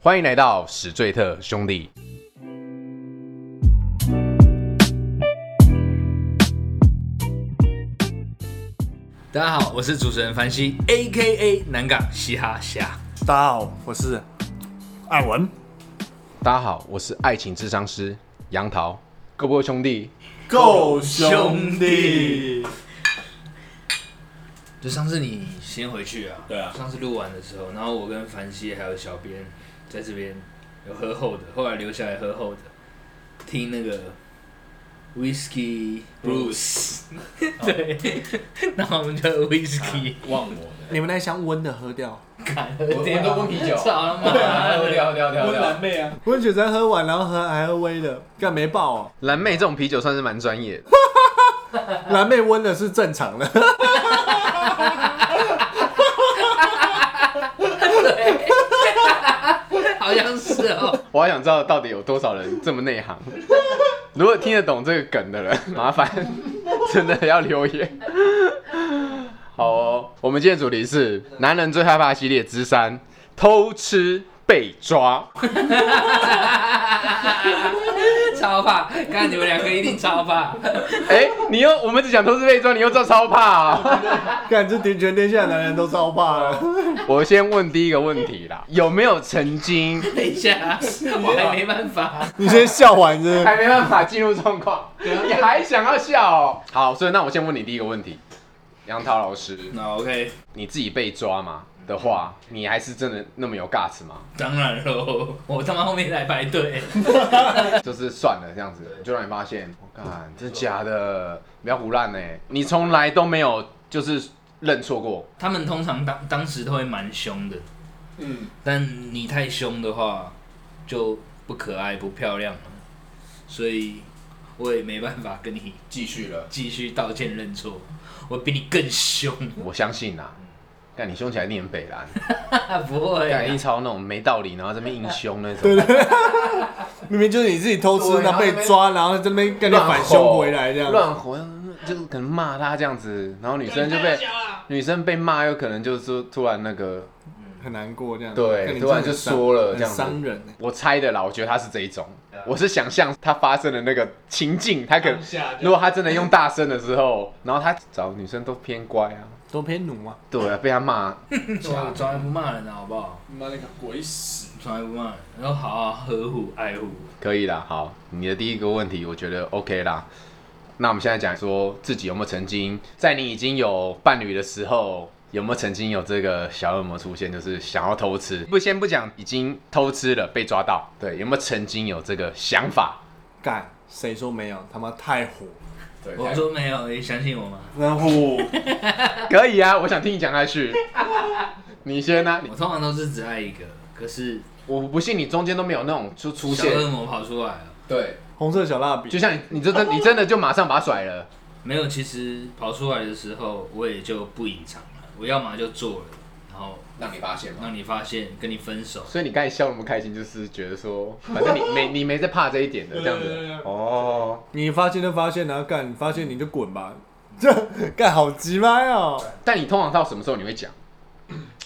欢迎来到史最特兄弟。大家好，我是主持人凡西，A K A 南港嘻哈侠。大家好，我是艾文。大家好，我是爱情智商师杨桃。各位兄弟，够兄弟！就上次你先回去啊，对啊上次录完的时候，然后我跟凡西还有小编在这边有喝厚的，后来留下来喝厚的，听那个 Whisky Bruce，对， 然后我们就 Whisky 忘我的，你们那箱温的喝掉，干啊我们都温啤酒操他妈对啊，的喝掉喝掉喝掉喝温掉蓝，妹啊，温酒才喝完，然后喝还喝微的，干没爆哦、蓝妹这种啤酒算是蛮专业的。蓝妹温的是正常的， 好像是哦，我还想知道到底有多少人这么内行。如果听得懂这个梗 的人，麻烦真的要留言。好哦，我们今天的主题是男人最害怕系列之三：偷吃被抓。 超怕，看你们两个一定超怕。 哎、你又我们只讲偷吃被抓，你又知道超怕啊、干这全天下男人都超怕了。我先问第一个问题啦，有没有曾经等一下，我还没办法。你先笑 完是不是还没办法进入状 况，你还想要笑、哦？好，所以那我先问你第一个问题，杨涛老师，那 OK，你自己被抓嘛的话，你还是真的那么有 guts 吗？当然喽，我他妈后面来排队。就是算了这样子，就让你发现，我、干，真的假的？不要胡乱呢，你从来都没有就是认错过，他们通常当当时都会蛮凶的，嗯，但你太凶的话，就不可爱不漂亮了，所以我也没办法跟你继续了。继续道歉认错，我比你更凶。 我相信啦。但你凶起来念北兰，不会啊干一超那种没道理，然后这边硬凶那种。明明就是你自己偷吃，对那被抓，然后在那边跟你乱吼反凶回来这样。乱吼，就是可能骂他这样子，然后女生就被啊女生被骂，有可能就是说突然那个，很难过这样。对干你突然真的很就伤说了这很样子伤人欸。我猜的啦，我觉得他是这一种嗯，我是想象他发生的那个情境，他可能啊当下就如果他真的用大声的时候，然后他找女生都偏乖啊，都偏奴嘛，对啊，被他骂，我啊从来不骂人的好不好？你妈那个鬼屎！从来不骂人，然后好好呵护爱护。可以啦，好，你的第一个问题我觉得 OK 啦。那我们现在讲说自己有没有曾经在你已经有伴侣的时候，有没有曾经有这个小恶魔出现，就是想要偷吃？不，先不讲已经偷吃了被抓到，对，有没有曾经有这个想法？干谁说没有？他妈太火，对，我说没有，你相信我吗？然后可以啊，我想听你讲下去。你先呢、你我通常都是只爱一个，可是我不信你中间都没有那种出出小现，恶魔跑出来了。对， 红色小蜡笔就像你，你真的你真的就马上把他甩了，没有，其实跑出来的时候，我也就不隐藏了，我要么就做了，然后让你发现嘛。让你发现，跟你分手。所以你刚才笑那么开心，就是觉得说，反正你 没你没在怕这一点的这样对对对子对哦。你发现就发现啊，干发现你就滚吧， 这干好鸡掰哦！但你通常到什么时候你会讲？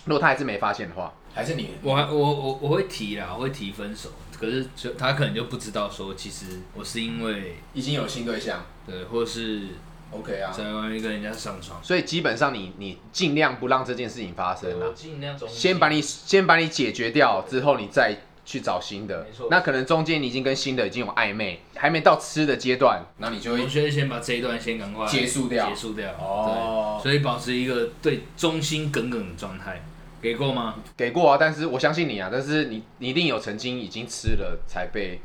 如果他还是没发现的话，还是你我还我我我会提啦，我会提分手，可是就他可能就不知道说，其实我是因为已经有新对象对，或是，OK 啊？在外面跟人家上床，所以基本上你你尽量不让这件事情发生啊，尽量先把你先把你解决掉之后，你再去找新的没错。那可能中间你已经跟新的已经有暧昧，还没到吃的阶段。那你就我会觉得先把这一段先赶快结束掉结束掉。哦对，所以保持一个对忠心耿耿的状态，给过吗？给过啊，但是我相信你啊，但是你你一定有曾经已经吃了才被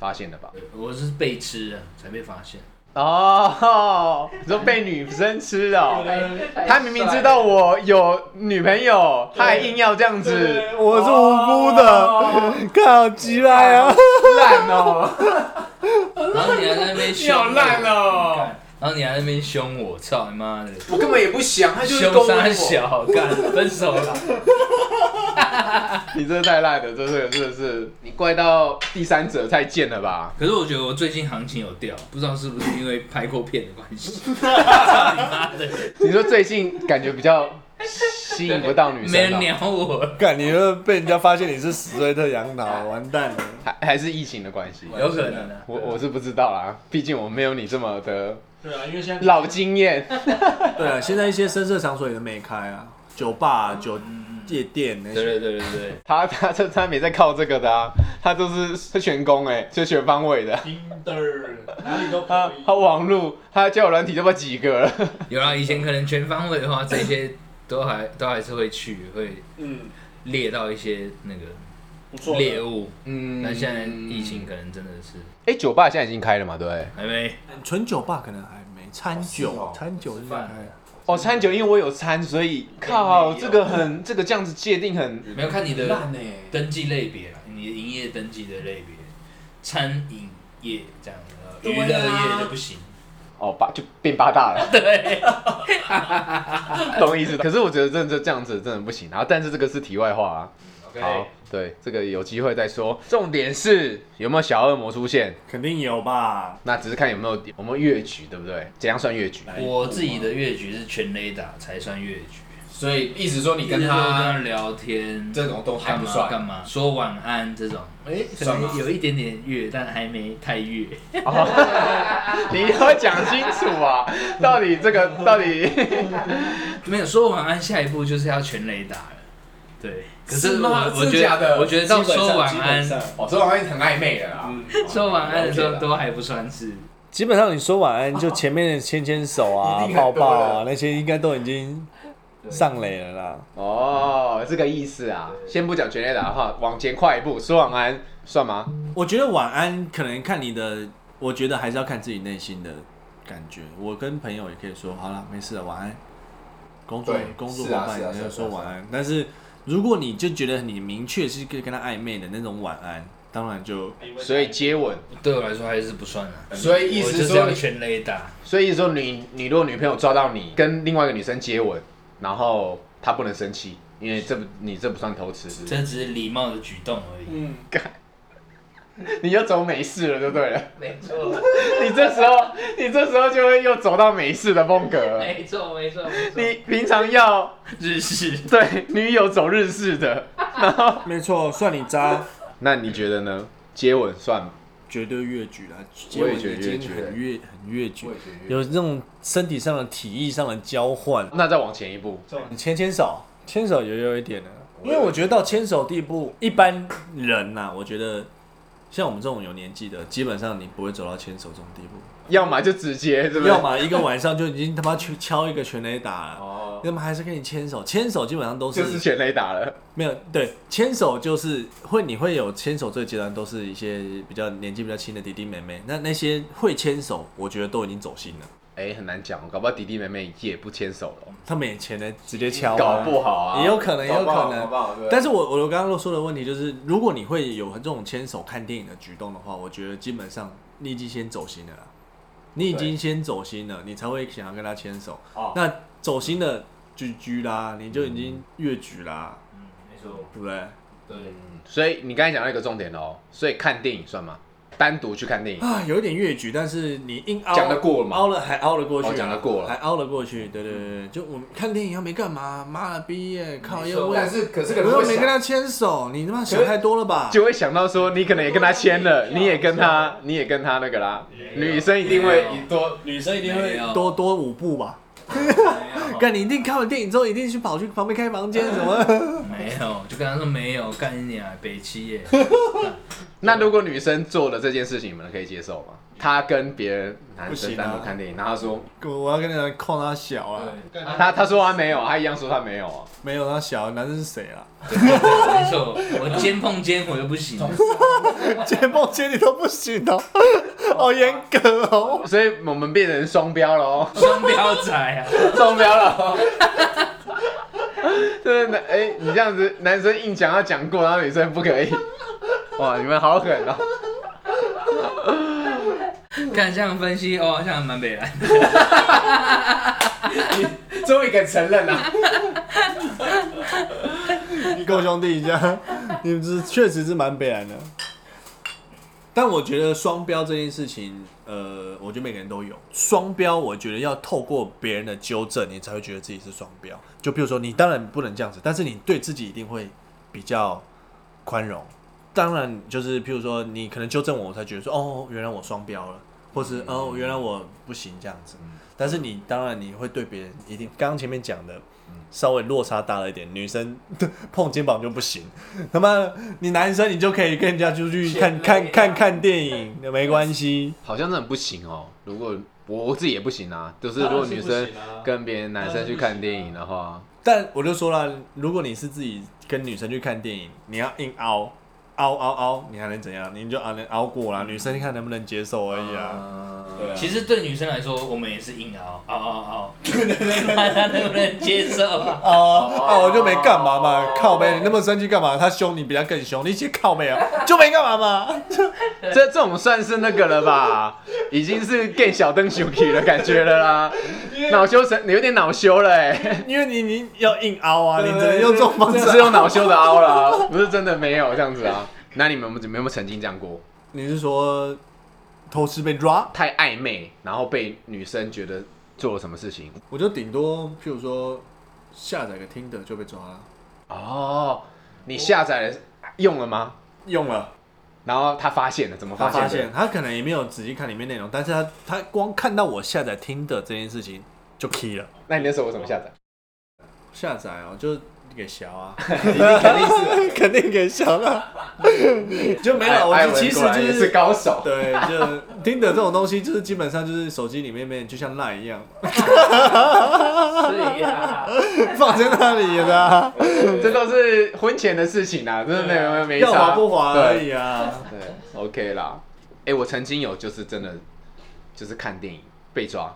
发现的吧？我是被吃的才被发现，哦，你说被女生吃哦，他明明知帅道我有女朋友，他还硬要这样子。我是无辜的，看好鸡掰啊！烂哦，然后你还在那边你凶我，哦！干然后你还在那边凶我，操你妈的！我根本也不想，他就是凶攻三我。 小，干分手了。你这太烂了，这这个真的是你怪到第三者太贱了吧？可是我觉得我最近行情有掉，不知道是 不是因为拍过片的关系。操你妈的！你说最近感觉比较吸引不到女没生人啊、鸟我， 干，你就被人家发现你是死追特养脑，完蛋了。还还是疫情的关系。有可能啊。我我是不知道啦，毕竟我没有你这么的对啊，因为现在老经验。对啊，现在一些深色场所也没开啊，酒吧、酒夜店那对些。对对对对，他他他他没在靠这个的啊，他都是是全攻哎、就全方位的。 Tinder 哪里都他可以。他网路，他交友软体都不知道几个了。有啊，以前可能全方位的话，这些都还都还是会去，会嗯，猎到一些那个不错的。猎物。嗯但现在疫情可能真的是哎、酒吧现在已经开了嘛？对不对。还没，纯酒吧可能还没，餐是酒哦、餐酒应该还好哦，餐酒，因为我有餐，所以靠，这个很这个这样子界定很没有看你的烂呢、登记类别啦，你的营业登记的类别，餐饮业这样，呃对娱啊乐业就不行。哦八就变八大了。对， 懂意思。可是我觉得真的这样子真的不行。然后，但是这个是题外话啊。好，对，这个有机会再说。重点是有没有小恶魔出现？肯定有吧？那只是看有没有有没有越局，对不对？怎样算越局？我自己的越局是全雷打才算越局，所以意思说你就是跟说跟他他聊天，这种都还干不嘛算，干嘛，说晚安这种，哎，可算吗能？有一点点越，但还没太越。你要讲清楚 啊！到底这个到底没有说晚安，下一步就是要全雷打了。对，可是我吗我真觉假得的我觉得到基本上说晚基安，本上哦，所以好像很暧昧的啦。嗯说晚安的时候了解了都还不算是。基本上你说晚安，就前面的牵牵手啊 一、定抱很多抱啊的那些，应该都已经上垒了啦。哦，这个意思啊。先不讲全垒打的话，往前跨一步，说晚安算吗？我觉得晚安可能看你的，我觉得还是要看自己内心的感觉。我跟朋友也可以说，好了，没事啊了，晚安。工作对工作是啊伙伴是啊你是啊就是啊说晚安，但是如果你就觉得你明确是跟跟他暧昧的那种晚安，当然就所以接吻，对我来说还是不算啊。所以意我思就是说要你全雷打，所以说你你如果女朋友抓到你跟另外一个女生接吻，然后她不能生气，因为这不你这不算偷吃，这只是礼貌的举动而已。嗯，你就走美式了，对不对了？ 没错，你这时候你这时候就会又走到美式的风格了。哎错，没错，你平常要日式 对女友走日式的，没错，算你渣，那你觉得呢？接吻算吗？绝对越矩了，接我也吻已觉得越经矩很越很越矩我也，觉得有那种身体上的、体意上的交换。那再往前一步，你牵牵手，牵手也有一点呢，啊因为我觉得到牵手地步，一般人呐、我觉得像我们这种有年纪的，基本上你不会走到牵手这种地步，要么就直接，对不对？要么一个晚上就已经他妈去敲一个全垒打了，哦，要么还是跟你牵手，牵手基本上都是、就是全雷打了。没有对牵手就是会你会有牵手这个阶段，都是一些比较年纪比较轻的弟弟妹妹，那那些会牵手，我觉得都已经走心了，哎、很难讲，搞不好弟弟妹妹也不牵手了，他们眼前呢直接敲、啊，搞不好啊，也有可能，也有可能好不。好？对但是我我刚刚说的问题就是，如果你会有这种牵手看电影的举动的话，我觉得基本上你已经先走心了啦，你已经先走心了，你才会想要跟他牵手。哦那走心的居居啦，你就已经越举啦，嗯，没错，对不对？对，所以你刚才讲到一个重点哦，所以看电影算吗？单独去看电影，啊，有一点越举，但是你硬凹讲得过了嘛凹了还凹了过去啊、哦讲得过了还凹了过去。对对对对，就我们看电影又没干嘛，妈的逼耶，靠，又但是可是可我能又会没跟想，他牵手，你他妈想太多了吧？就会想到说你可能也跟他牵了，你也跟他，你也跟他那个啦，女生一定会没有多女生一定没会有多多五步吧。干，你一定看完电影之后，一定去跑去旁边开房间什么？没有，就跟他说没有，干你啊，北七耶，那如果女生做了这件事情，你们可以接受吗？她跟别人男不行生啊单独看电影，然后她说 我要跟他控他小啊，她她说她没有，她一样说她没有啊。没有他小，男生是谁 啊？没错，我肩碰肩我就不行，肩碰肩你都不行哦，好严格哦。所以我们变成双标了哦，双标仔啊，双标了哦。真的，哎、你这样子，男生硬讲要讲过，然后女生不可以，哇，你们好狠哦！看这样分析哦，好像蛮北蓝，终于敢承认了、你跟我兄弟一下，你们是确实是蛮北然的。但我觉得双标这件事情，呃，我觉得每个人都有双标。我觉得要透过别人的纠正，你才会觉得自己是双标。就比如说，你当然不能这样子，但是你对自己一定会比较宽容。当然，就是譬如说，你可能纠正我，我才觉得说，哦，原来我双标了，或是哦，原来我不行这样子。但是你当然你会对别人一定，刚刚前面讲的。稍微落差大了一点，女生碰肩膀就不行。 他妈，你男生你就可以跟人家出去看看看看电影，没关系。好像真的不行哦。如果我我自己也不行啊，就是如果女当然生是不行啊跟别人男生去看电影的话，但我就说了，如果你是自己跟女生去看电影，你要硬凹凹凹凹，你还能怎样？你就啊能凹过啦。女生看能不能接受而已啊。对啊其实对哦女生来说，我们也是硬熬，熬熬熬，看 她能不能接受啊。哦啊，我就没干嘛嘛，靠呗！你那么生气干嘛？他凶你比他更凶，你一起靠呗啊，就没干嘛嘛。这这种算是那个了吧？已经是 gay 小灯熊 k 的感觉了啦，恼羞成你有点恼羞了哎、因为你你要硬凹啊，你只能用这种方不式 是用恼羞的凹啦，不是真的没有这样子啊。那你们有没有有没有曾经这样过？你是说偷吃被抓？太暧昧，然后被女生觉得做了什么事情？我就顶多譬如说下载个 Tinder 就被抓了，哦，你下载了用了吗？用了然后他发现了，怎么他现发的？现他可能也没有仔细看里面内容，但是他他光看到我下载 Tinder 这件事情就 key 了，那你那时候我怎么下载？下载哦就给小啊，肯定是 肯定给小 了，就没有，我艾就文其实果然就也是是。高手。 对，就 Tinder 这种东西，就是基本上就是手机里面面就像 Line 一 样，对呀，放在那里的啊、这都是婚前的事情啊啦，真的没有没有没要滑差。不滑而已啊。对，OK 啦。哎、我曾经有就是真的就是看电影被抓，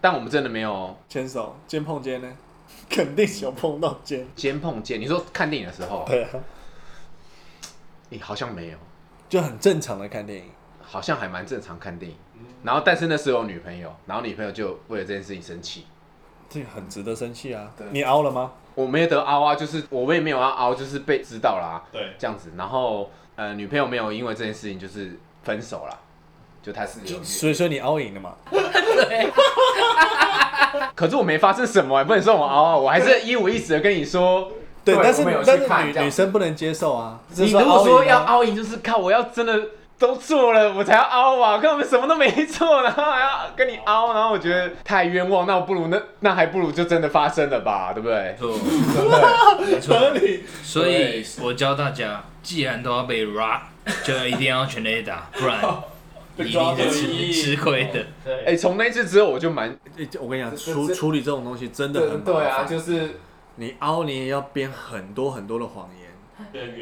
但我们真的没有牵手肩碰肩呢， 肯定有碰到肩。肩碰肩。你说看电影的时候，对啊，你、好像没有，就很正常的看电影。好像还蛮正常看电影。嗯然后但是那时候有女朋友，然后女朋友就为了这件事情生气。这个很值得生气啊对！你凹了吗？我没得凹啊，就是我也没有要凹，就是被知道啦、对，这样子。然后呃，女朋友没有因为这件事情就是分手啦，就她是有。所以说你凹赢了嘛？可是我没发生什么、不能说我凹啊，我还是一五一十的跟你说。对，对但我是们有去但是看这女样女生不能接受啊！这你算如果凹说赢吗要凹赢，就是靠我要真的都做了，我才要凹啊，根本什么都没做，然后还要跟你凹，然后我觉得太冤枉，那我不如那那还不如就真的发生了吧，对不对？错，没错。所以我教大家，既然都要被 ra，就一定要全力打，不 然你一定是吃吃亏的。哎、从那次之后我就蛮欸我跟你讲，这处这处理这种东西真的很对麻烦对啊，就是你凹你也要编很多很多的谎言。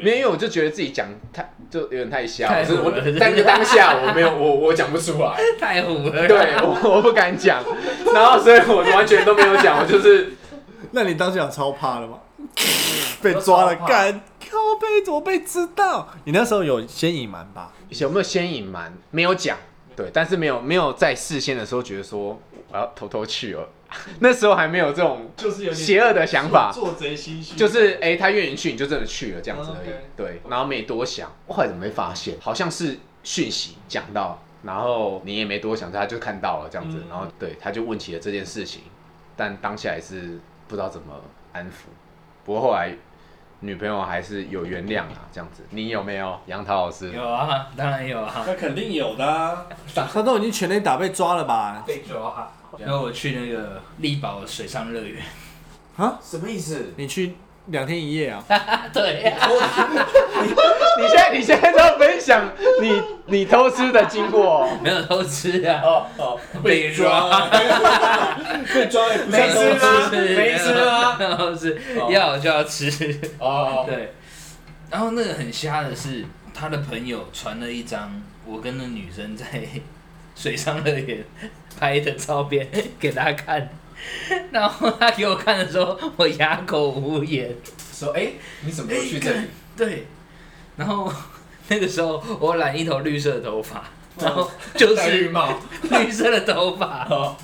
没有，因为我就觉得自己讲太就有点太瞎，太我是我狠了但是当下我没有我我讲不出来，太虎了，对我我不敢讲，然后所以我完全都没有讲，我就是 那你当时有超 怕了吗？被抓了，超怕干靠背怎么被知道？你那时候有先隐瞒吧？有没有先隐瞒，没有讲，嗯对，但是没有没有在事先的时候觉得说我要偷偷去了，那时候还没有这种就是有邪恶的想法，做贼心虚，就是哎、他愿意去你就真的去了这样子而已嗯，OK，对，然后没多想，后来怎么会发现好像是讯息讲到，然后你也没多想，他就看到了这样子，嗯然后对他就问起了这件事情，但当下也是不知道怎么安抚，不过后来女朋友还是有原谅啊这样子，你有没有杨桃老师？有啊，当然有啊。那肯定有的啊，他都已经全力打被抓了吧？被抓然后我去那个力宝水上乐园，什么意 思？你去两天一夜啊？对啊呀、哦你现在你现在在分享你你偷吃的经过哦，没有偷吃啊，哦哦，被抓， 被抓也不算没事偷吗没有没吃吗没有偷吃，啊要就要吃。哦，对，然后那个很瞎的是，他的朋友传了一张我跟那女生在 水上乐园拍的照片给他看，然后他给我看的时候，我哑口无言。哎说哎，你怎么会去这里？对，然后那个时候我染一头绿色的头发，然后就哦戴绿是帽， 哦绿色的头发，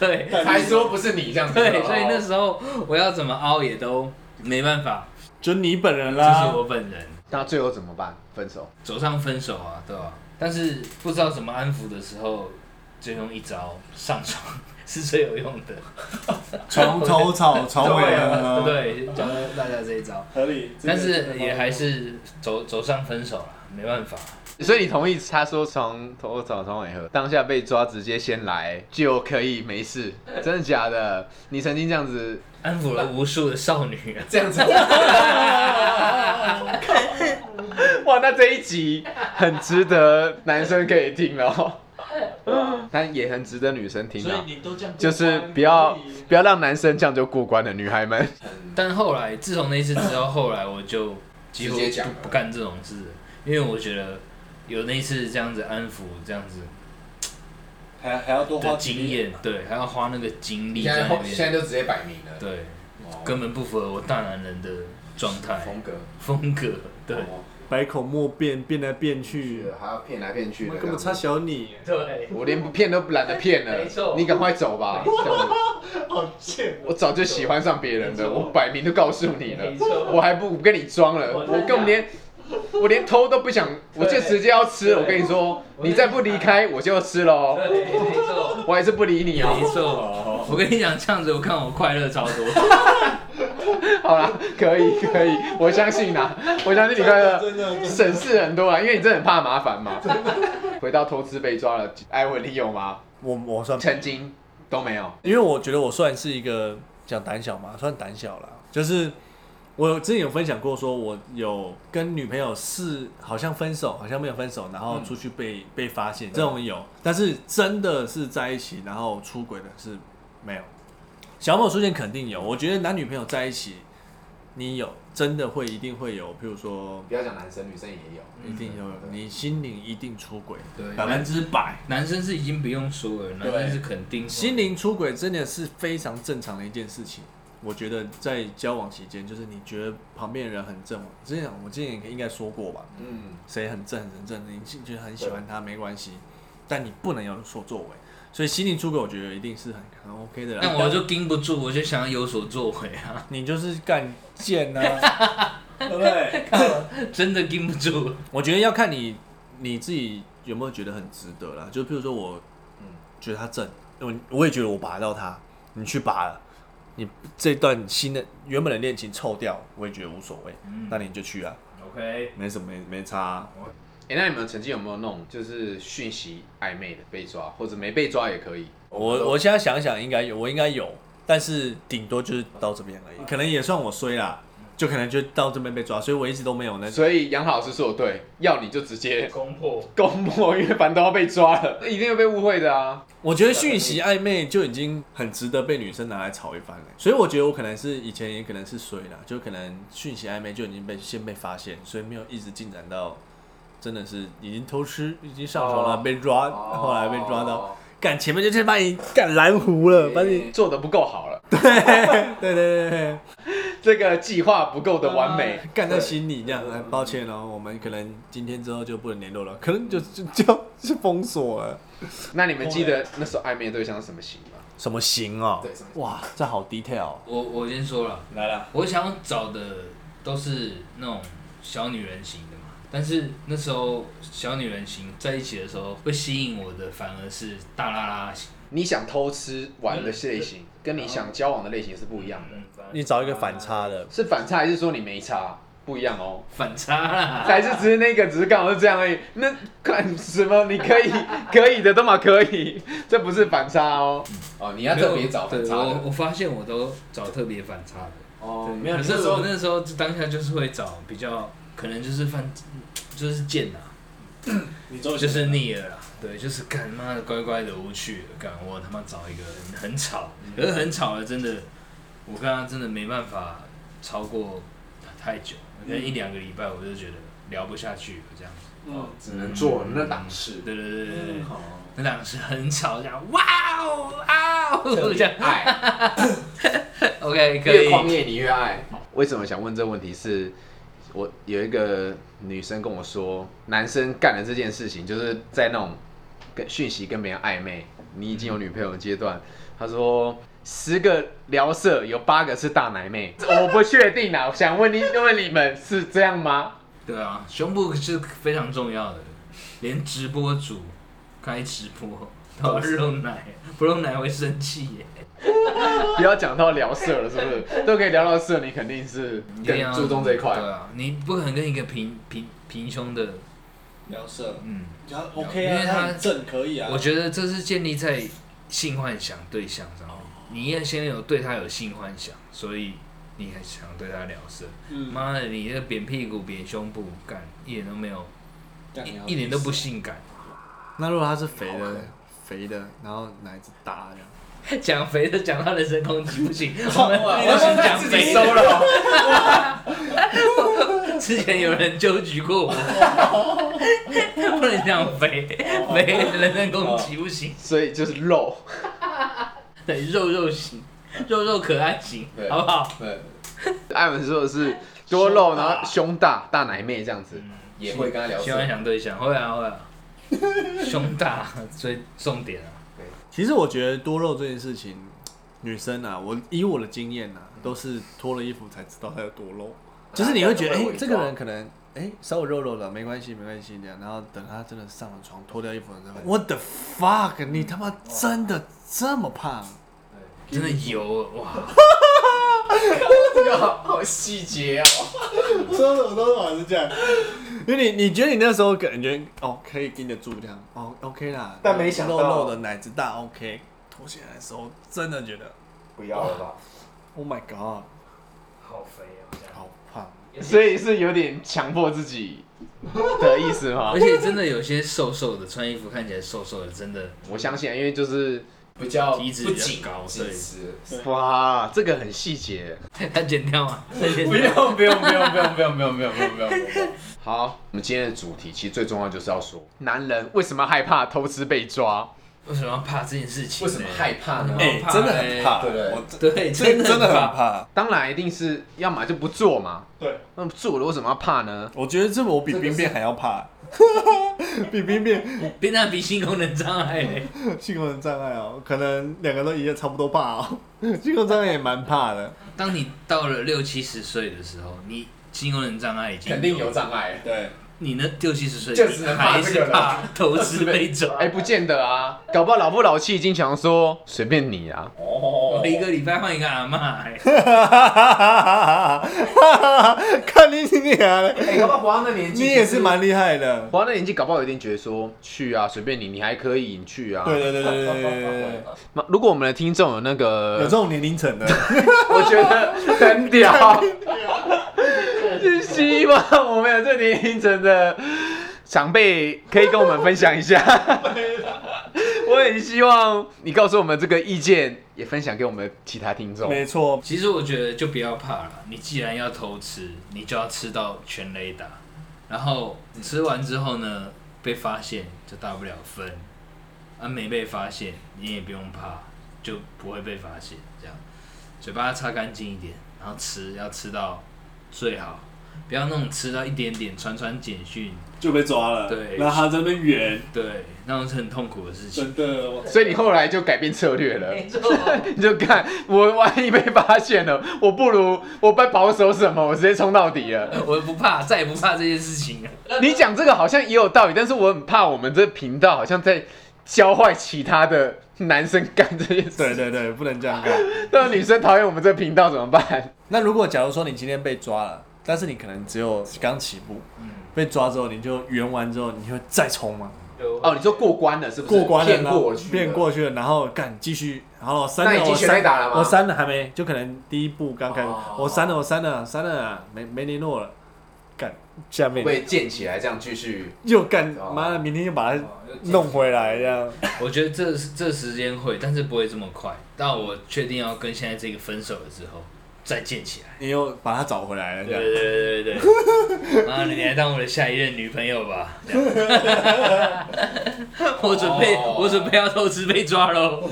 对还说不是你这样子。对，所以那时候我要怎么凹也都没办法。就你本人这是啦。我本人那最后怎么办？分手？走上分手啊，对吧、但是不知道怎么安抚的时候，就用一招上床 是最有用的。床头吵，床尾和。对，教大家这一招，合理。但是啊也还是走走上分手了，没办法。所以你同意他说从头找从尾喝，当下被抓直接先来就可以没事？真的假的？你曾经这样子，安抚了无数的少女啊，这样子，哇，那这一集很值得男生可以听哦，但也很值得女生听所啊以。你都这样过关，就是不要所以不要让男生这样就过关了，女孩们。但后来自从那一次之后，后来我就几乎直接讲不不干这种事了，因为我觉得有那一次这样子安抚这样子还还要多花的几经年验，对，还要花那个精力现在在那后现在边，就直接摆明了，对，哦根本不符合我大男人的状态风格，风格，对哦百口莫辩，变来变去是，还啊要骗来骗去我的，根本差小你。对，我连不骗都懒得骗了，哎没错你赶快走吧。这样子好 贱我早就喜欢上别人没了，错我摆明都告诉你了没错，我还不跟你装了，我我在根本连我连偷都不想，我就直接要吃。我跟你说，我在你再不离开，我就要吃了哦。对，没错，我还是不理你没哦。错。哦，我跟你讲，这样子我看我快乐超 多，好啦，可以可以，我相信啦，我相信你快乐， 真的真的省事很多啦，因为你真的很怕麻烦嘛。回到偷吃被抓了，艾文你有吗？我我算，曾经都没有。因为我觉得我算是一个讲胆小嘛，算胆小啦。就是我之前有分享过，说我有跟女朋友是好像分手，好像没有分手，然嗯后出去被、被发现，这种有，但是真的是在一起然后出轨的是没有。小某出现肯定有，我觉得男女朋友在一起，你有真的会一定会有，譬如说不要讲男生，女生也有，一定有，嗯你心灵一定出轨，对百分之百。男生是已经不用说了，男生是肯定心灵出轨真的是非常正常的一件事情。我觉得在交往期间，就是你觉得旁边的人很正，之前我之前应该说过吧，嗯，谁很正很正，你觉得很喜欢他没关系，但你不能有所作为。所以心灵出轨，我觉得一定是很很 OK 的啦。但我就盯不住，我就想要有所作为啊，你就是干贱呐、啊，对不对？真的盯不住。我觉得要看你你自己有没有觉得很值得啦。就比如说我，嗯觉得他正，我我也觉得我拔到他，你去拔了，你这段新的原本的恋情臭掉，我也觉得无所谓，嗯那你就去啊， OK，没什么没没差啊、哎、那你们曾经有没有那种就是讯息暧昧的被抓，或者没被抓也可以？我我现在想想应该有，我应该有，但是顶多就是到这边而已，可能也算我衰啦，就可能就到这边被抓，所以我一直都没有那所以杨老师说的对，要你就直接攻破。公破，因为反正都要被抓了，一定会被误会的啊。我觉得讯息暧昧就已经很值得被女生拿来炒一番了，所以我觉得我可能是以前也可能是衰啦，就可能讯息暧昧就已经被先被发现，所以没有一直进展到真的是已经偷吃，已经上床了，哦被抓，哦后来被抓到，，干前面就是把你干蓝湖了，哦把你做的不够好了，对对对对这个计划不够的完美对，，干在心里这样，哎抱歉哦，我们可能今天之后就不能联络了，可能就就就就封锁了，那你们记得那时候暧昧的对象是什么型吗？什么型哦对什么，型哇，这好 detail 哦。我我先说了，来了，我想要找的都是那种小女人型的嘛，但是那时候小女人型在一起的时候，会吸引我的反而是大拉拉型。你想偷吃玩的类嗯型，跟你想交往的类型是不一样的，嗯，你找一个反差的，是反差还是说你没差？不一样哦，反差 啦。还是只是那个只是刚好是这样而已。那看什么？你可以可以的都嘛可以，这不是反差哦。哦，你要特别找对反差我的，我发现我都找特别反差的。哦，对没有，可你是那时我候那时候就当下就是会找比较，可能就是犯，就是贱呐、啊你嗯终于就是啊腻了啦。对，就是干妈的乖乖的无趣了，干我他妈找一个很很吵，嗯可是很吵了，真的，我跟他真的没办法超过太久，可能一两个礼拜我就觉得聊不下去了这样子。嗯嗯，只能做那档事，对对对对对，哦，那两个是很吵，这样哇哦啊哦这样爱， ，OK 可越以。狂野你越爱。为什么想问这个问题是？我有一个女生跟我说，男生干了这件事情，就是在那种跟讯息跟别人暧昧，你已经有女朋友的阶段。他说十个聊色有八个是大奶妹，我不确定啊，我想问你问你们是这样吗？对啊，胸部是非常重要的，连直播主开直播都要用奶，不用奶会生气耶。不要讲到聊色了，是不是？都可以聊到色，你肯定是一定要更注重这一块对。啊，你不可能跟一个平平平胸的，聊色，嗯，比较 OK 啊，因为他他很正可以啊。我觉得这是建立在性幻想对象上面，你也先有对他有性幻想，所以你还想对他聊色。嗯，妈的，你这扁屁股、扁胸部，干一点都没有，干你要一一点都不性感。那如果他是肥好的狠，肥的，然后奶子大这样，讲肥的讲到人身攻击 不行，我们哇我先讲自己肥收了的。哦， 之前有人纠举过我， 不能讲肥，哦肥人身攻击不行，所以就是肉，对肉肉型，肉肉可爱型，对好不好？对，艾文说的是多肉，胸大然后胸大大奶妹这样子。也会跟他聊喜色欢。想对象，会啊 会啊，胸大所以重点啊，其实我觉得多肉这件事情，女生啊，我以我的经验啊，都是脱了衣服才知道她有多肉。就是你会觉得，哎、会伪装这个人可能，哎、稍微肉肉的，没关系，没关系这样。然后等他真的上了床，脱掉衣服的时候，What the fuck！你他妈真的这么胖？真的油哇！这个好好细节哦。说什么都老是这样， 因为你你觉得你那时候感觉哦可以盯得住这样，哦 OK 啦，但没想到肉肉的奶子大 OK，脱下来的时候真的觉得不要了吧？ ，Oh my god，好肥啊！好胖。所以是有点强迫自己的意思吗 而？且真的有些瘦瘦的，穿衣服看起来瘦瘦的，真的我相信啊，因为就是比较体脂不比较紧高紧对实。哇，这个很细节。 要剪掉吗？再剪不掉用不用不用不用不用不用不用不用不用不用。 好，我们今天的主题其实最重要就是要说，男人为什么害怕偷吃被抓？为什么要怕这件事情为呢？什么害怕呢？哎真的很怕，对不对我对，真真的真的的很怕。怕。当然一定是要么就不做嘛，对，那不做了为什么要怕呢？我觉得这我比冰变还要怕，比冰变变成比性功能障碍嘞，性功能障碍哦，可能两个都一样差不多怕哦。性功能障碍也蛮怕的，当你到了六七十岁的时候，你性功能障碍已经肯定有，障碍。对，你那六七十岁就只能怕还这是个了怕投资被抓。哎、不见得啊，搞不好老夫老妻已经想说随便你啊， 哦我一个礼拜换一个阿妈、哎 看你你啊，哎，搞不好活到那年纪，你也是蛮厉害 的。活到那年纪，搞不好有一定觉得说去啊，随便你，你还可以，你去啊。对对对对对对对对，那如果我们的听众有那有个 这，种年龄 层 的，我觉得很 屌，是希望我们有这年龄层的长辈可以跟我们分享一 下。我很希望你告诉我们这个意见，也分享给我们其他听众。没 错，其实我觉得就不要怕了，你既然要偷吃，你就要吃到全雷达，然后吃完之后呢，被发现就大不了分，啊没被发现你也不用怕，就不会被发现，这样嘴巴擦干净一点，然后吃要吃到最好，不要那种吃到一点点传传简讯，就被抓了，对然后他在那边圆，对，那种是很痛苦的事情。 真的，我所以你后来就改变策略了，没错， 你就看我万一被发现了，我不如我不保守什么，我直接冲到底了。我不怕，再也不怕这件事情了。你讲这个好像也有道理，但是我很怕我们这频道好像在教坏其他的男生干这件事。对对对，不能这样干。让女生讨厌我们这频道怎么办？那如果假如说你今天被抓了，但是你可能只有刚起步，嗯被抓之后你就圆完之后，你会再冲吗？哦，你说过关了是不是？过关了，骗然后过去了骗过去了，然后干继续，然后删那了已经我全垒删打了吗我删了还没，就可能第一步刚开始哦，我删了我删了删了，没没联络了，干下面被建起来，这样继续又干哦妈的，明天又把它弄回来 这样，我觉得这是这时间会，但是不会这么快。到我确定要跟现在这个分手了之后，再建起来。你又把它找回来了这对样。对对对对， 妈啊的，你来当我的下一任女朋友吧。 这样我准备，哦我准备要偷吃被抓喽。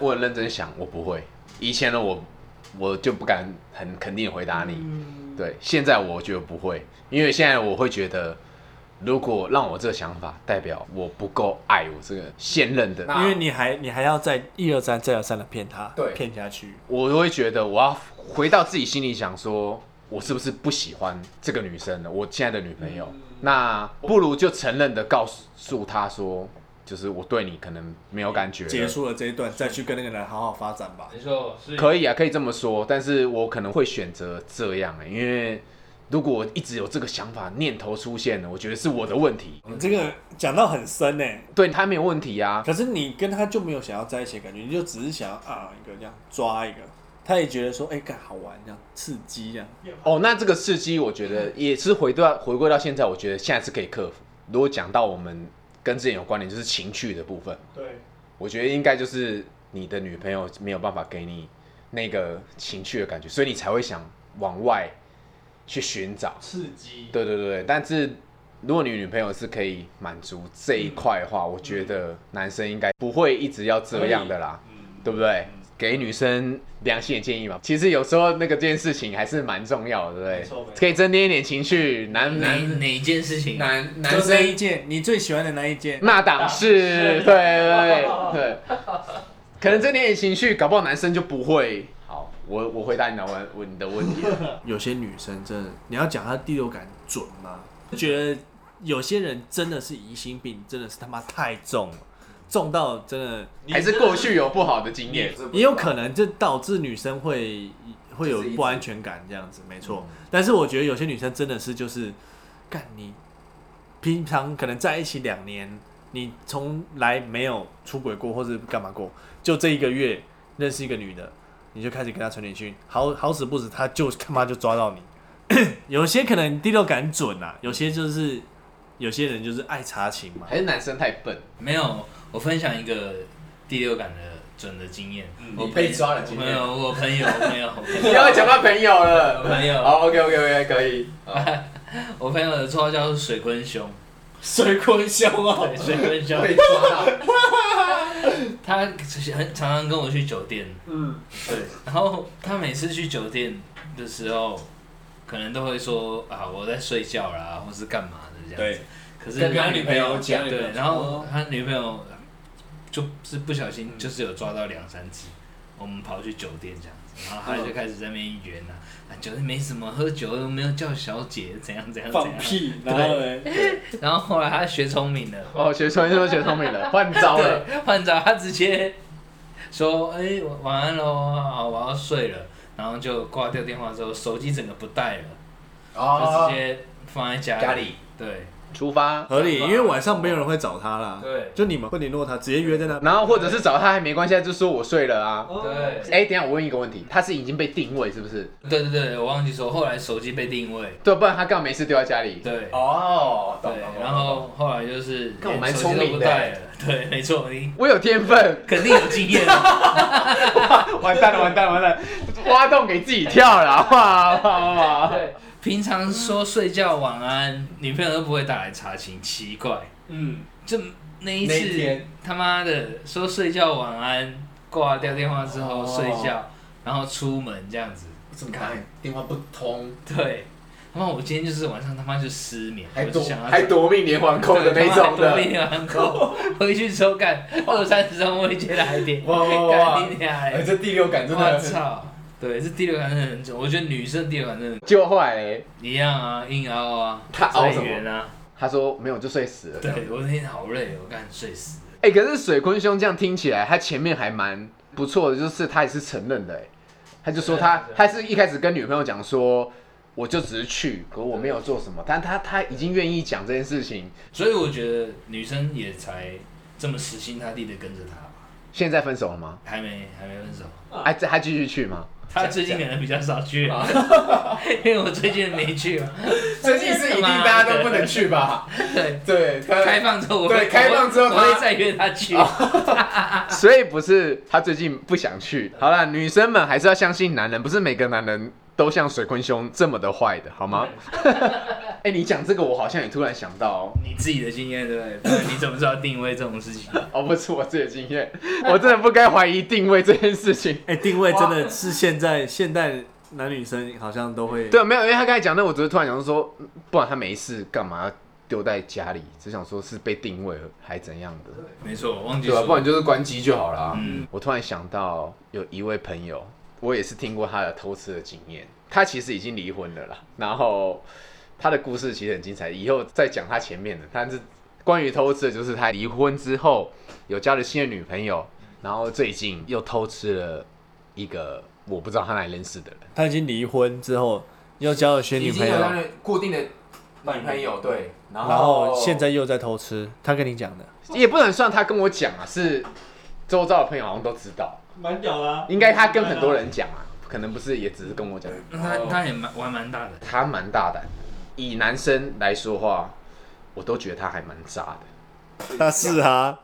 我很认真想，我不会。以前的我，我就不敢嗯很肯定地回答你。对，现在我觉得不会，因为现在我会觉得如果让我这个想法，代表我不够爱我这个现任的，因为你还你还要再一而再再而三的骗他，对骗下去。我都会觉得我要回到自己心里想说，我是不是不喜欢这个女生了？我现在的女朋友，嗯那不如就承认的告诉她说，就是我对你可能没有感觉了，结束了这一段，再去跟那个人好好发展吧。没错，是可以啊，可以这么说，但是我可能会选择这样、欸，因为如果我一直有这个想法念头出现了，我觉得是我的问题，你这个讲到很深呢、对他没有问题啊，可是你跟他就没有想要在一起的感觉，你就只是想要啊一个这样抓一个，他也觉得说哎干、好玩这样刺激这样，哦，那这个刺激，我觉得也是回到回归到现在，我觉得现在是可以克服。如果讲到我们跟之前有关联，就是情趣的部分，对，我觉得应该就是你的女朋友没有办法给你那个情趣的感觉，所以你才会想往外去寻找。刺激，对对对，但是如果你女朋友是可以满足这一块的话，我觉得男生应该不会一直要这样的啦，嗯，对不对？给女生良性的建议嘛，其实有时候那个这件事情还是蛮重要的，对没不错没对？错可以增添一点情绪，男哪男哪一件事情？男就男那一生件你最喜欢的那一件，那档事， 对对对 对，可能增添一点情绪，搞不好男生就不会。好，我我回答你的问问你的问题了，有些女生真的，你要讲她第六感准吗？就觉得有些人真的是疑心病，真的是他妈太重了，重到真的还是过去有不好的经验，也有可能这导致女生会会有不安全感这样子，没错。但是我觉得有些女生真的是就是，干你平常可能在一起两年，你从来没有出轨过或者干嘛过，就这一个月认识一个女的，你就开始跟她传简讯，好好死不死，她就他妈就抓到你。 有些可能第六感准啊，有些就是有些人就是爱查情 嘛。还是男生太笨。没有，我分享一个第六感的准的经验。我你被抓的经没验有，我朋友，我朋友，我朋你友要讲到朋友了，我朋友好，OK OK OK，可以。我朋友的绰号叫水坤兄，水坤兄啊，对，水坤兄，被抓到，他很常常跟我去酒店，嗯，然后他每次去酒店的时候，可能都会说啊我在睡觉啦，或是干嘛的这样对子。，可是跟他女女朋友讲对，然后他女朋友就是不小心就是有抓到两三只，我们跑去酒店这样子，然后他就开始在那边圆啊，啊酒店没什么，喝酒又没有叫小姐，怎样怎样怎放样。屁，然后嘞，然后后来他学聪明了，哦，学聪明说学聪明 了，换招了。对，换着他直接说：“哎、晚晚安喽，好，我要睡了。”然后就挂掉电话之后，手机整个不带了，就直接放在家里。哦家里对出发，合理，因为晚上没有人会找她啦。对就你们会联络她，直接约在那。然后或者是找他还没关系，他就说我睡了啊。对哎，等一下我问一个问题，他是已经被定位是不是？对对对，我忘记说，后来手机被定位。对，不然他干嘛没事丢在家里？对哦，懂对懂，懂然后后来就是干我蛮连手机聪都明不的带了。对，没错，你我有天分，肯定有 经验。完蛋了，完蛋了，完蛋了，挖洞给自己跳了，好不好？好不好？对，平常说睡觉晚安，女朋友都不会打来查寝，奇怪。嗯，就那一那一次天，他妈的说睡觉晚安，挂掉电话之后睡觉，哦然后出门这 样子。怎么看电话不通，对，他妈我今天就是晚上他妈就失眠，还我夺就想要还夺命连环扣的那种对他妈还多的一，天 晚扣，回去之后干二三十钟未接来电，哇哇哇干你娘哎，嘞！这第六感真的我很操！对，这第六感真的很准，我觉得女生第六感真的结果后来嘞一样啊，硬凹啊，她凹什么再圆啊。他说没有就睡死了。对，我那天好累，我干睡死了。哎、可是水坤兄这样听起来，他前面还蛮不错的，就是他也是承认的、哎，他就说啊他他是一开始跟女朋友讲说，我就只是去，可我没有做什么，但他他已经愿意讲这件事情，所以我觉得女生也才这么死心塌地的跟着他吧，现在分手了吗？还没还没分手。啊哎、这还继续去吗？他最近可能比较少去， 因为我最近没去嘛。最近是一定大家都不能去吧？对，对，他开放之后我会对开放之后我他会我会再约他啊去。所以不是他最近不想去。好了，女生们还是要相信男人，不是每个男人都像水坤兄这么的坏的，好吗？ 哎、你讲这个，我好像也突然想到、哦，你自己的经验对不对？不然你怎么知道定位这种事情？哦，不是我自己的经验，我真的不该怀疑定位这件事情。哎、定位真的是现在现代男女生好像都会对，没有，因为他刚才讲那，我只是突然想说，嗯不然他没事干嘛要丢在家里，只想说是被定位了还怎样的， 没错，我忘记对吧、说不然就是关机就好啦。嗯我突然想到有一位朋友，我也是听过他的偷吃的经验，他其实已经离婚了啦，然后他的故事其实很精彩，以后再讲他前面的，但是关于偷吃的就是他离婚之后有交了新的女朋友，然后最近又偷吃了一个我不知道他哪里认识的人。他已经离婚之后，又交了新女已朋经有那友，个固定的女朋友，对，然后然后现在又在偷吃。他跟你讲的，也不能算他跟我讲啊，是周遭的朋友好像都知道，蛮屌的啊。应该他跟很多人讲啊，可能不是，也只是跟我讲。那他他也蛮玩蛮大的，他蛮大胆的，以男生来说话，我都觉得他还蛮渣的。那是啊，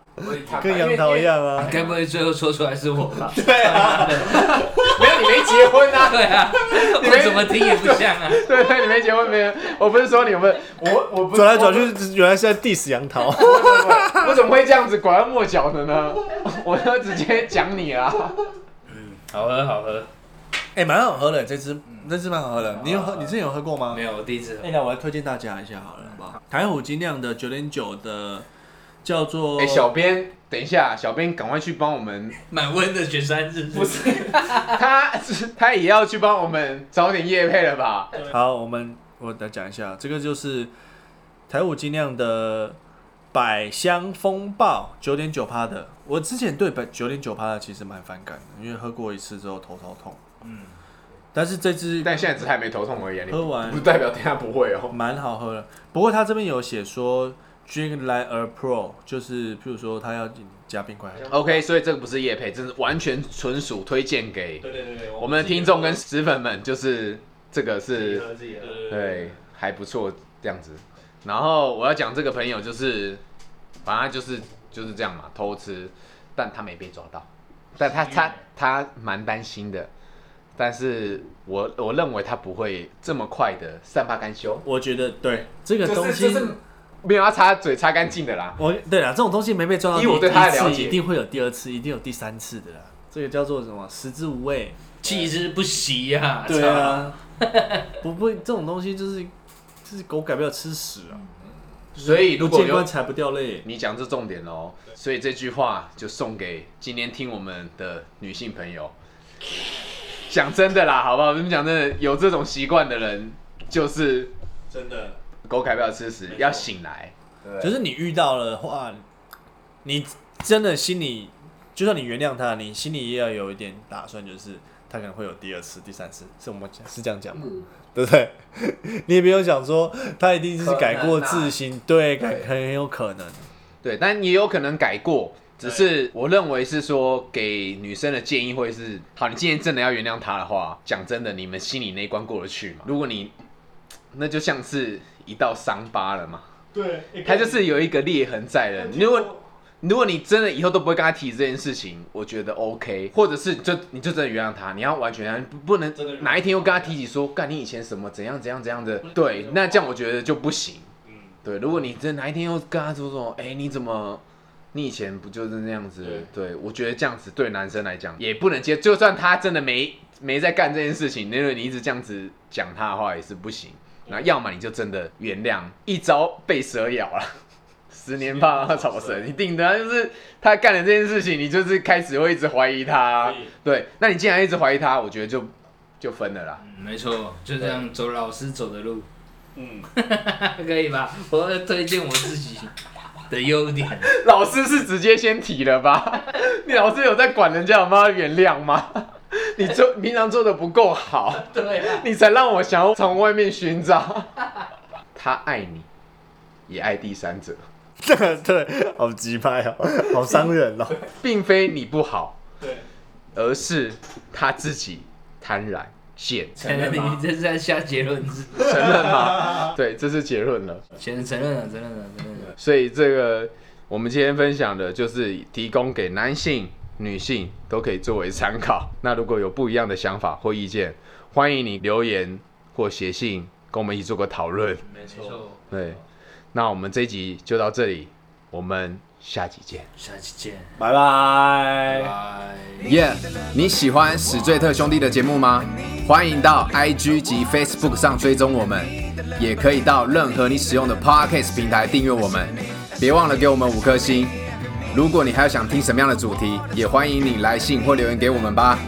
跟杨桃一，样啊。该不会最后说出来是我吧？对啊，没有你没结婚啊， 对啊，我怎么听也不像啊。 对对，你没结婚没有？我不是说你们，我我不 转来转，去，原来是在 diss 杨桃。我怎么会这样子拐弯抹角的呢？ 我就直接讲你啊啦。哦好喝好喝， 哎，蛮好喝的，这支这支蛮好喝的。你有喝？你之前有喝过吗没？有，我第一次喝哎、。那我来推荐大家一下好了，好不好？台虎精酿的九点九的叫做哎、小编，等一下，小编赶快去帮我们，满温的雪山是不是？他他也要去帮我们找点业配了吧？好，我们我来讲一下，这个就是台虎精酿的百香风暴九点九趴的。我之前对百九点九趴的其实蛮反感的，因为喝过一次之后头超痛。嗯，但是这支但现在只是还没头痛而已啊，你喝完不代表等一下不会哦。蛮好喝的。不过他这边有写说 drink like a pro，就是譬如说他要加冰块。 OK，所以这个不是业配，这是完全纯属推荐给对对对对，我们的听众跟死粉们，就是这个是自己喝对，还不错这样子。然后我要讲这个朋友就是，反正就是就是这样嘛，偷吃，但他没被抓到，但他嗯他他蛮担心的，但是我我认为他不会这么快的善罢甘休，我觉得对这个东就是西，就是没有要擦嘴擦干净的啦。我对啦，这种东西没被抓到，以我对你他的一次了解一定会有第二次，一定有第三次的啦。这个叫做什么？食之无味。弃之不惜呀。对啊， 不不，这种东西就是就是狗改不了吃屎啊，所以如不果见有棺材不掉泪。你讲这重点哦，所以这句话就送给今天听我们的女性朋友。讲真的啦，好不好？我们讲真的，有这种习惯的人，就是真的狗改不了吃屎，要醒来。就就是是你遇到了的话，你真的心里，就算你原谅他，你心里也要有一点打算，就是他可能会有第二次、第三次，是我们讲是这样讲吗？嗯对不对？ 你也不用想说他一定是改过自新，对，啊改很有可能。 对，但也有可能改过，只是我认为是说给女生的建议会是：好，你今天真的要原谅他的话，讲真的，你们心里那一关过得去吗？如果你，那就像是一道伤疤了嘛，对，它就是有一个裂痕在了。如果如果你真的以后都不会跟他提这件事情，我觉得 OK，或者是你就你就真的原谅他，你要完全原谅，不不能真的原谅哪一天又跟他提起说，干你以前什么怎样怎样怎样的，对，那这样我觉得就不行。嗯，对，如果你真的哪一天又跟他说说，哎、你怎么，你以前不就是那样子？对，我觉得这样子对男生来讲也不能接，就算他真的没没在干这件事情，因为你一直这样子讲他的话也是不行。那要么你就真的原谅，一朝被蛇咬了，十年怕草绳，一定的啊，就是他干了这件事情，你就是开始会一直怀疑他啊可以。对，那你既然一直怀疑他，我觉得就就分了啦。嗯没错，就这样走老师走的路，嗯， 可以吧？我要推荐我自己的优点。 老师是直接先提了吧？ 你老师有在管人家有没有原谅吗？ 你做平常做的不够好， 对啊，你才让我想要从外面寻找。 他爱你，也爱第三者，对，好急拍哦，好伤 人哦。并非你不好，对，而是他自己贪婪贱，承认你这是在下结论，承认吗？对，这是结论了。先承认啊了，承认了，承认了。所以这个我们今天分享的就是提供给男性、女性都可以作为参考。那如果有不一样的想法或意见，欢迎你留言或写信跟我们一起做个讨论。没没错，对，那我们这一集就到这里，我们下集见。下期见，拜拜拜。拜。耶你喜欢史最特兄弟的节目吗？欢迎到 IG 及 Facebook 上追踪我们，也可以到任何你使用的 Podcast 平台订阅我们。别忘了给我们五颗星。如果你还有想听什么样的主题，也欢迎你来信或留言给我们吧。